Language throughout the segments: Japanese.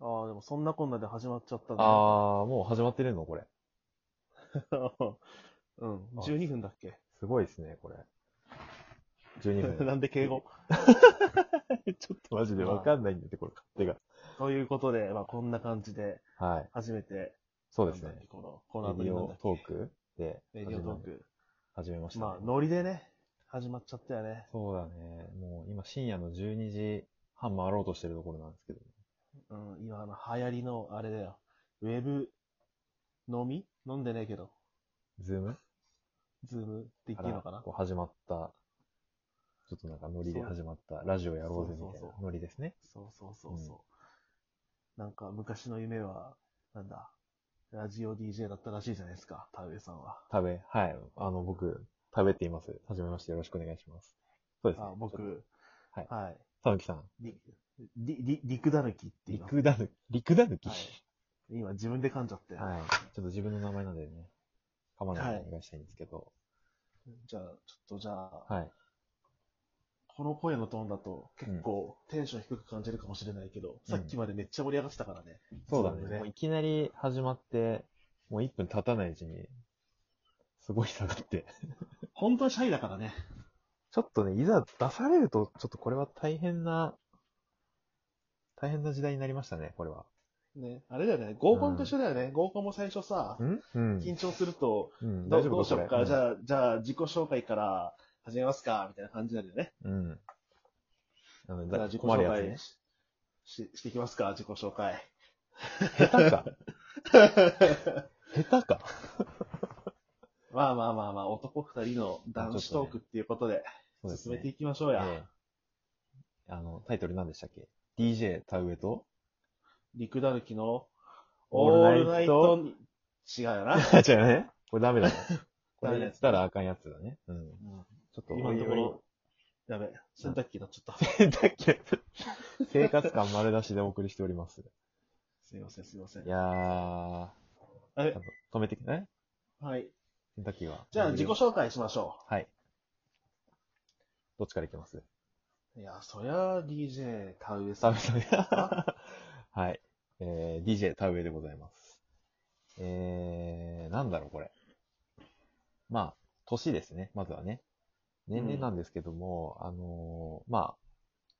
ああ、でもそんなこんなで始まっちゃったね。あー、もう始まってるのこれ。 うん。12分だっけすごいですね、これ。12 分。なんで敬語ちょっとマジでわかんないんだって、これ、勝ということで、まあこんな感じで、手が。はい。初めて、そうですねなんだっ。けこの、このアプレリディなんだオっけトークでレディオトーク。始めましたね。まあ、ノリでね、始まっちゃったよね。そうだね。もう今深夜の12時半回ろうとしてるところなんですけど。うん、今あの、流行りの、あれだよ。ウェブ、飲み飲んでねえけど、ズームズームって言っかていいのらかなこう始まった、ちょっとなんかノリでそう始まったラジオやろうぜみたいそうなそうそノリですね。そうそうそうそう。なんか、昔の夢は、なんだ、ラジオ DJ だったらしいじゃないですか、田植さんは。食べ、はい。あの、僕、食べって言います。はじめましてよろしくお願いします。そうですねあ。、僕、はいはい。たぬきさん。り、り、り、陸だぬきって言います。陸だぬ、陸だぬき。ははいい。今自分で噛んじゃって。ちょっと自分の名前なんでね、噛まないようにお願いしたいんですけど。じゃあ、ちょっとじゃあ、はい。この声のトーンだと結構テンション低く感じるかもしれないけど、うんさっきまでめっちゃ盛り上がってたからね。そうだね。そうだねもういきなり始まって、もう1分経たないうちに、すごい下がって。本当にシャイだからね。ちょっとね、いざ出されると、ちょっとこれは大変な、大変な時代になりましたね、これは。ね。あれだよね。合コンと一緒だよね。合コンも最初さ、んうん。緊張すると、うん、どうどうしようか。じあ。ゃあ、じゃあ自己紹介から始めますか、みたいな感じなんだよね。うん。あの、だかだら自己困る紹やつ介ね。し,、ししていきますか、自己紹介。下手 か。下手か。まあまあまあまあ、男二人の男子トークっていうことで、そうです進ねめていきましょうや。ええあの、タイトル何でしたっけ ?DJ 田植えと陸だるきの、オオーールルナナイイトトに、違う よな。 違うね。これダメだね。 こダメれだやよったらあかんやつだね。うん。ちょっと、今のとこおいおいろ、やべ、洗濯機になっちゃった。だっけ生活感丸出しでお送りしております。すいません、すいません い。やー、あれ止めてきて、はい。えだっけが。じゃあ、自己紹介しましょはい。どっちからいきますう。いや、そりゃ、DJ、田植サさんブ。サブ。はい。えー、DJ 田植えでございます。えー、なんだろう、これ。まあ、年ですね、まずはね。年齢なんですけども、あのーまあ、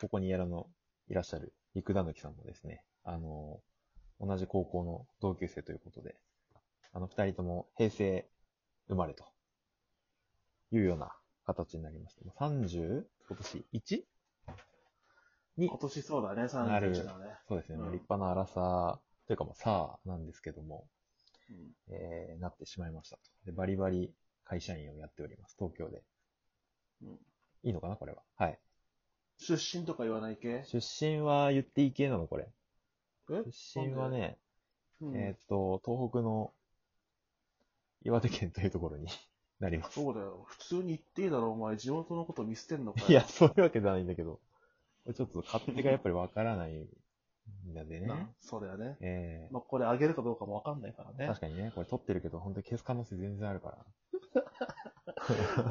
ここにやらの、いらっしゃる、陸田貫さんもですね、あのー同じ高校の同級生ということで、あの、二人とも平成生まれと、いうような形になりました。30? 今年 1? に今年そうだね、31なるだね。そうですね、もううん立派な荒さ、というかまあ、さあなんですけども、うんえー、なってしまいましたと。で、バリバリ会社員をやっております、東京で。うんいいのかな、これは。はい。出身とか言わない系出身は言っていい系なの、これ。え出身は、ね、なんでうんえーっと、東北の岩手県というところに なります。そうだよ。普通に言っていいだろ、お前。地元のこと見捨てんのかよいや、、そういうわけじゃないんだけど、これちょっと勝手がやっぱりわからないんだでね。なそうだよね。えーまあ、これ上げるかどうかもわかんないからね。確かにね、これ撮ってるけど、本当に消す可能性全然あるから。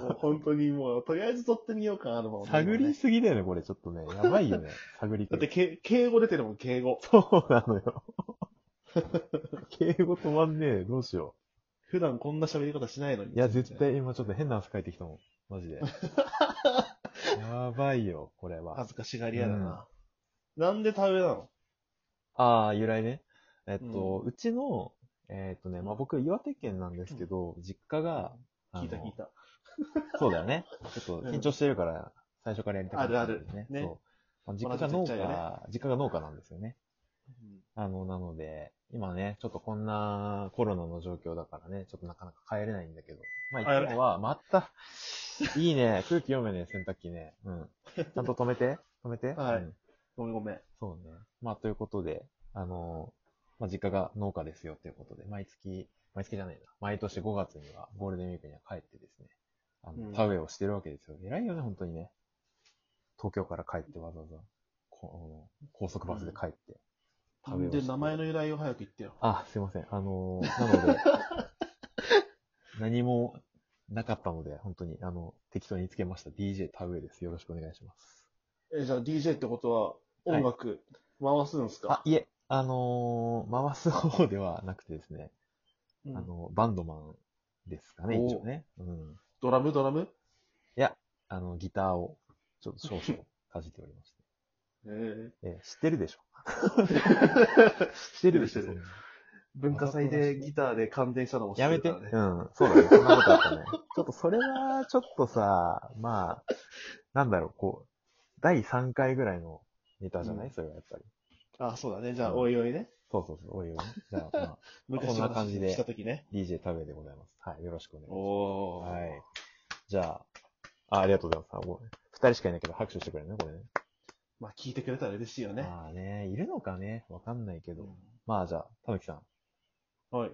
もう本当にもう、とりあえず撮ってみようかな、もう探りねすぎだよね、これ。ちょっとね、やば いよね。探りだとっいて、うけ敬語出てるもん、敬語。そうなのよ。敬語止まんねえ。どうしよ普段こんな喋り方しないのに。う。いや、絶。対今ちょっと変な汗かいてきたもん。マ ジで。やばいよ、これは恥。ずかしがり屋だな。なんで田植えなのああ、由来ね。えっと、うちの、えっとね、まあ、僕、岩手県なんですけど、実家が、あの聞いた聞いた。そうだよね。ちょっと緊張してるから、最初からやりたかったんであするあるね。ねそう。まあ実家が農同じちっちゃい家、実家が農家なんですよね。うんあの、なので、今ね、ちょっとこんなコロナの状況だからね、ちょっとなかなか帰れないんだけど。まああ、やいべつもは、また、いいね、空気読めね、洗濯機ね。うん。ちゃんと止めて、止めて。 はいうんごめんごめん。そうね。まあ、ということで、あの、まあ、実家が農家ですよということで、毎月、毎月じゃないな、毎年5月には、ゴールデンウィークには帰ってですね、あうの、ん田植えをしてるわけですよ。偉いよね、本当にね。東京から帰ってわざわざ、こあの高速バスで帰って。田植えをしてで、名前の由来を早く言ってよ。あ、すいません。あのーなの で、何もなかったので、本当に、あの、適当につけました。DJ 田植えです。よろしくお願いします。え、じゃあ DJ ってことは、音楽、回すんですかあ、いえ、あのー回す方ではなくてですね、うんあの、バンドマンですかね、おー一応ね。うん。ドラムドラムあの、ギターを、ちょっと少々かじっておりまして。えええー知ってるでしょ知っ してる でしょそんなの文化祭でギターで感電したのも知やめて。からねうん。そうだね。そんなことあ ったね。ちょっとそれは、ちょっとさ、まあ、なんだろう、こう、第3回ぐらいのネタじゃない、うんそれはやっぱり。あ、そうだね。じゃあ、うんおいおいね。そうそうそう。おいおいね。じゃあ、まあ、昔こんな感じで話した時ね。 DJ 食べでございます。はい。よろしくお願いします。おー。はい。じゃあ、あ、ありがとうございますあ。もう、二人しかいないけど拍手してくれるね、これね。まあ、聞いてくれたら嬉しいよね。まあね、いるのかね、わかんないけうど。んまあじゃあ、たぬきさん。はい。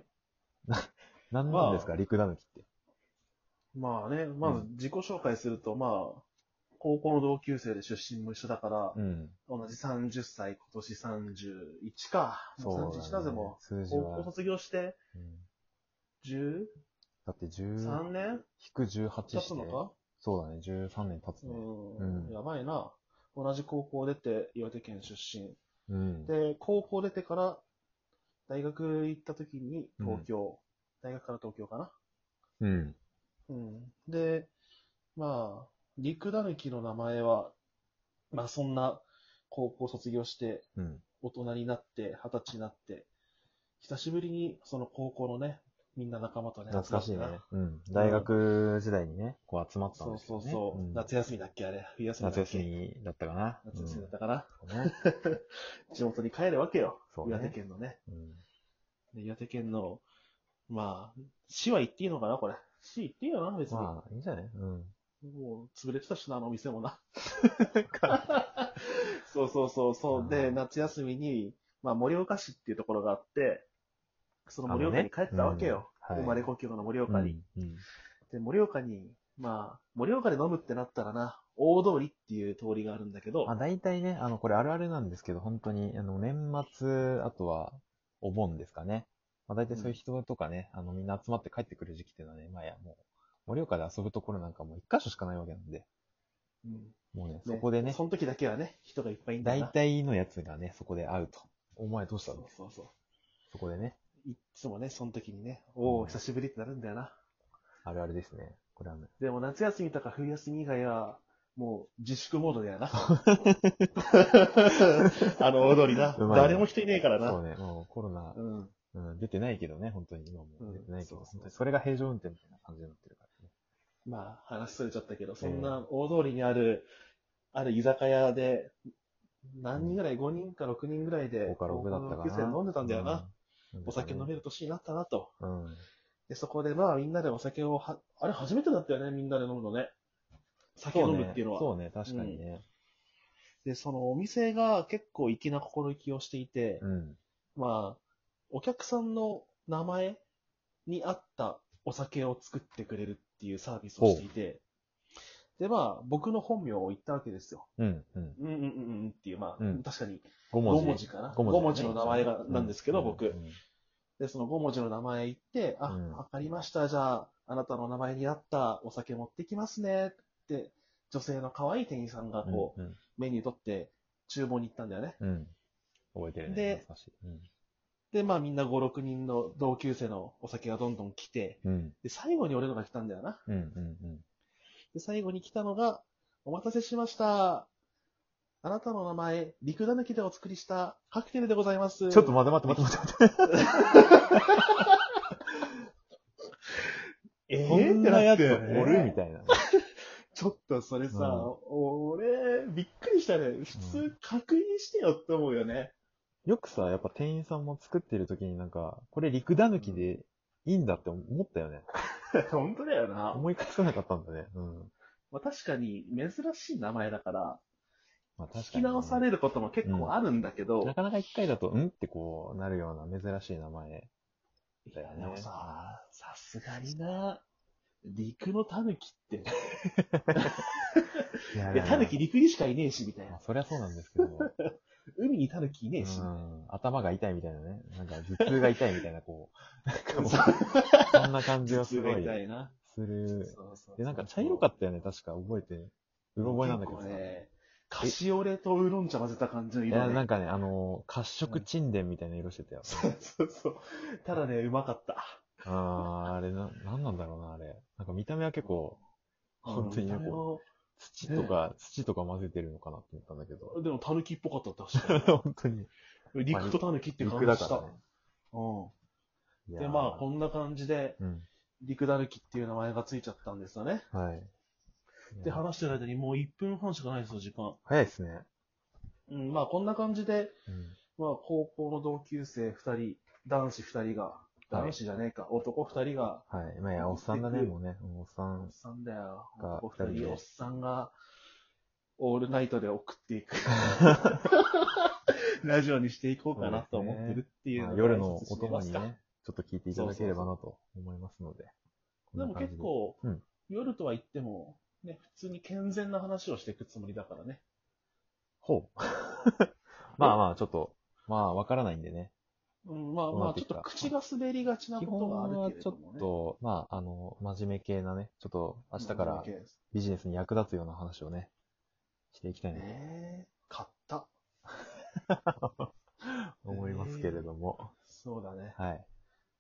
何まなんあですか、陸たぬきって。まあね、まず自己紹介すると、まあ、高校の同級生で出身も一緒だから、うん。同じ30歳、今年31か。もう31だぜ、も数う。字高校は。卒業してうん13だって10、年引く18して。経つのかそうだね、13年経つね。うんうんやばいな。同じ高校出て、岩手県出身。うん。で、高校出てから、大学行った時に東京、大学から東京かな。うん。うん。で、まあ、陸だぬきの名前は、まあそんな高校卒業して、うん。大人になって、二十歳になって、久しぶりにその高校のね、みんな仲間とね、懐かしいね集まってな。うん。大学時代にね、こう集まったんそうですよそうね。そう、ん夏休みだっけあれ。冬休みだっ夏け休みだったかな。夏休みだったかな、うんそうね地元に帰るわけよ。そうね岩手県のね。うんで岩手県の、まあ、市は言っていいのかなこれ。市行っていいよな別に。まあ、いいんじゃないうん。もう、潰れてたしな、あの店もな。 そうそうそうそう。あで、ー夏休みに、まあ、盛岡市っていうところがあって、その盛岡に帰ったわけよ。あのねうんはい生まれ故郷の盛岡に。うん。うんで、盛岡に、まあ、盛岡で飲むってなったらな、大通りっていう通りがあるんだけどまあ、、大体ね、あの、これあるあるなんですけど、本当に、あの、年末、あとは、お盆ですかね。まあ、大体そういう人とかね、あの、みんな集まって帰ってくる時期っていうのはね、まあ、いや、もう、盛岡で遊ぶところなんかもう一箇所しかないわけなんで、うんねもうね、そこでね、その時だけはね、人がいっぱいいんだよ大な。体のやつがね、そこで会うと。お前どうしたそうのそうそそこでね、う。いっつもね、その時にね、おうお、ん久しぶりってなるんだよな。あるあるですね。これはね。でも夏休みとか冬休み以外は、もう自粛モードだよな。 あの大通りな。うまいね誰も人いねえからそうな。ね、もうコロナう、ん。うん、出てないけどね、本当に今もうん出てないけど、そうそう本当にそれが平常運転みたいな感じになってるからね。まあ、話それちゃったけど、そんな大通りにある、ある居酒屋で、何人ぐらい、5人か6人ぐらいで、 5から6だった高校の同級か生な。飲んでたんだよな。うん。お酒飲める年になったなと。うん。で、そこでまあ、みんなでお酒をは、あれ初めてだったよね、みんなで飲むのね。酒飲むっていうのは。そうね、そうね確かにね。で、そのお店が結構粋な心意気をしていて、うん。まあ、お客さんの名前に合ったお酒を作ってくれるっていうサービスをしていて、で、まあ、僕の本名を言ったわけですよ。うん。ううん。んうんうんうんっていう、まあ、うん確かに5 5文字かな。5文字,、の名前が、なんですけど、僕、うんで、その5文字の名前言って、あ、うんわかりました。じゃあ、あなたの名前に合ったお酒持ってきますねって、女性の可愛い店員さんがこう、うん。メニュー取って厨房に行ったんだよね。うんうん。覚えてるね。で懐かしい。うんで、まあみんな5、6人の同級生のお酒がどんどん来て、うん。で、最後に俺のが来たんだよな。うん。うん。で、最後に来たのが、お待たせしました。あなたの名前、陸だぬきでお作りしたカクテルでございます。うん。ちょっと待って待って待って待って。えそー、っんてななやっつて、おるみたいな。ちょっとそれさ、う俺、びっくりしたね。普通確認してよって思うよね。よくさ、やっぱ店員さんも作ってる時になんか、これ陸だぬきでいいんだって思ったよね。 本当だよな。思いつかなかったんだね。うん。まあ、確かに珍しい名前だから、まあ確かにね。聞き直されることも結構あるんだけど、なかなか一回だと、うんってこうなるような珍しい名前。いだよや、ねでもさ、さすがにな、陸の狸 って、いやいや、狸陸にしかいねえし、みたいまあな。そりゃそうなんですけど。海に狸 いねえし。うん頭が痛いみたいなね。なんか頭痛が痛いみたいな、こう。なんかそうもうそんな感じがすすごごいい痛いな。す る。そうそうそうで、なんか茶色かったよね、確か覚えて。うろ覚えなんだけど結さ。構ね、カシオレとウーロン茶混ぜた感じのい色や、ねなんかね、あのー、褐色沈殿みたいな色してたよ。 そうそう。ただね、うまかった。あー、あれな、なんなんだろうな、あれ。なんか見た目は結構、本当にうねん見た目は土とか、土とか混ぜてるのかなって思ったんだけど。でも、タヌキっぽかった、確 か本当に。に。まあ陸とタヌキって感肉じだしからたね。。ういん。やーで、まあ、こんな感じで、うん。陸タヌキっていう名前がついちゃったんですよね。はい。いで、や話してる間にもう1分半しかないですよ、時間。早いですね。うん、まあ、こんな感じで、うん。まあ、高校の同級生2人、男子2人が、男子じゃねえか、男2人が、はい。まあ、いや、おっさんだね、もうね。おっさおっん。さんだよ。が男2二人人、でおっさんが、オールナイトで送って いく。ラジオにしていこうかなと思ってるっていうまあのを夜の挨拶おしてみ供ますにかね、ちょっと聞いていただければなと思いますので。でも結構、こんな感夜とは言っても、ね、普通に健全な話をしていくつもりだからね。ほう。 まあまあ、ちょっと、まあ、わからないんでね。うん、まあどうまなあ、ってちょいっくかと口が滑りがちな基こと本があはるけれちょどっもね。と、まあ、あの、真面目系なね、ちょっと明日からねビジネスに役立つような話をね、していきたいなとえ、買った。思いますけれども。そうだね。はい。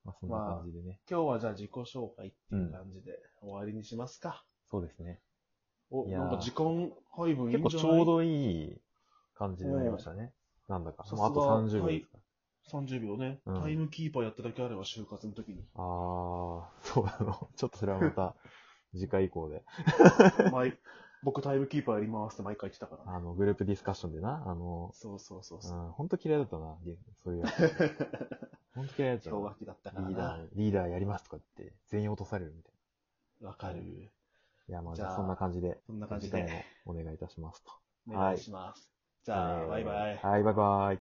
まあ、そんな感じでね。今日はじゃあ自己紹介っていう感じで終わりにしますか。そうですね。お、いやーなんか時間配分いい結んじゃない構ちょうどいい感じになりましたね。なんだか。さすもがうあと30秒はいですか。 30秒ね、うんタイムキーパーやっただけあれば就活の時に。ああ、そうなの。 ちょっとそれはまた、次回以降で。毎 僕タイムキーパーやりますって毎回言ってたから。あの、グループディスカッションでな、あの、そうそうそううそう。ん、ほんと嫌いだったな、ゲームそういうやつ。 ほんと嫌いだった氷な河。期だったからリーダな。ー、リーダーやりますとか言って、全員落とされるみたいわかる。な。いや、まあ、じじゃゃああそんな感じで、そんな感じ次回もで。お願いいたしますと。お願いします。じゃあ、えーバイバイ。はい、バイバイ。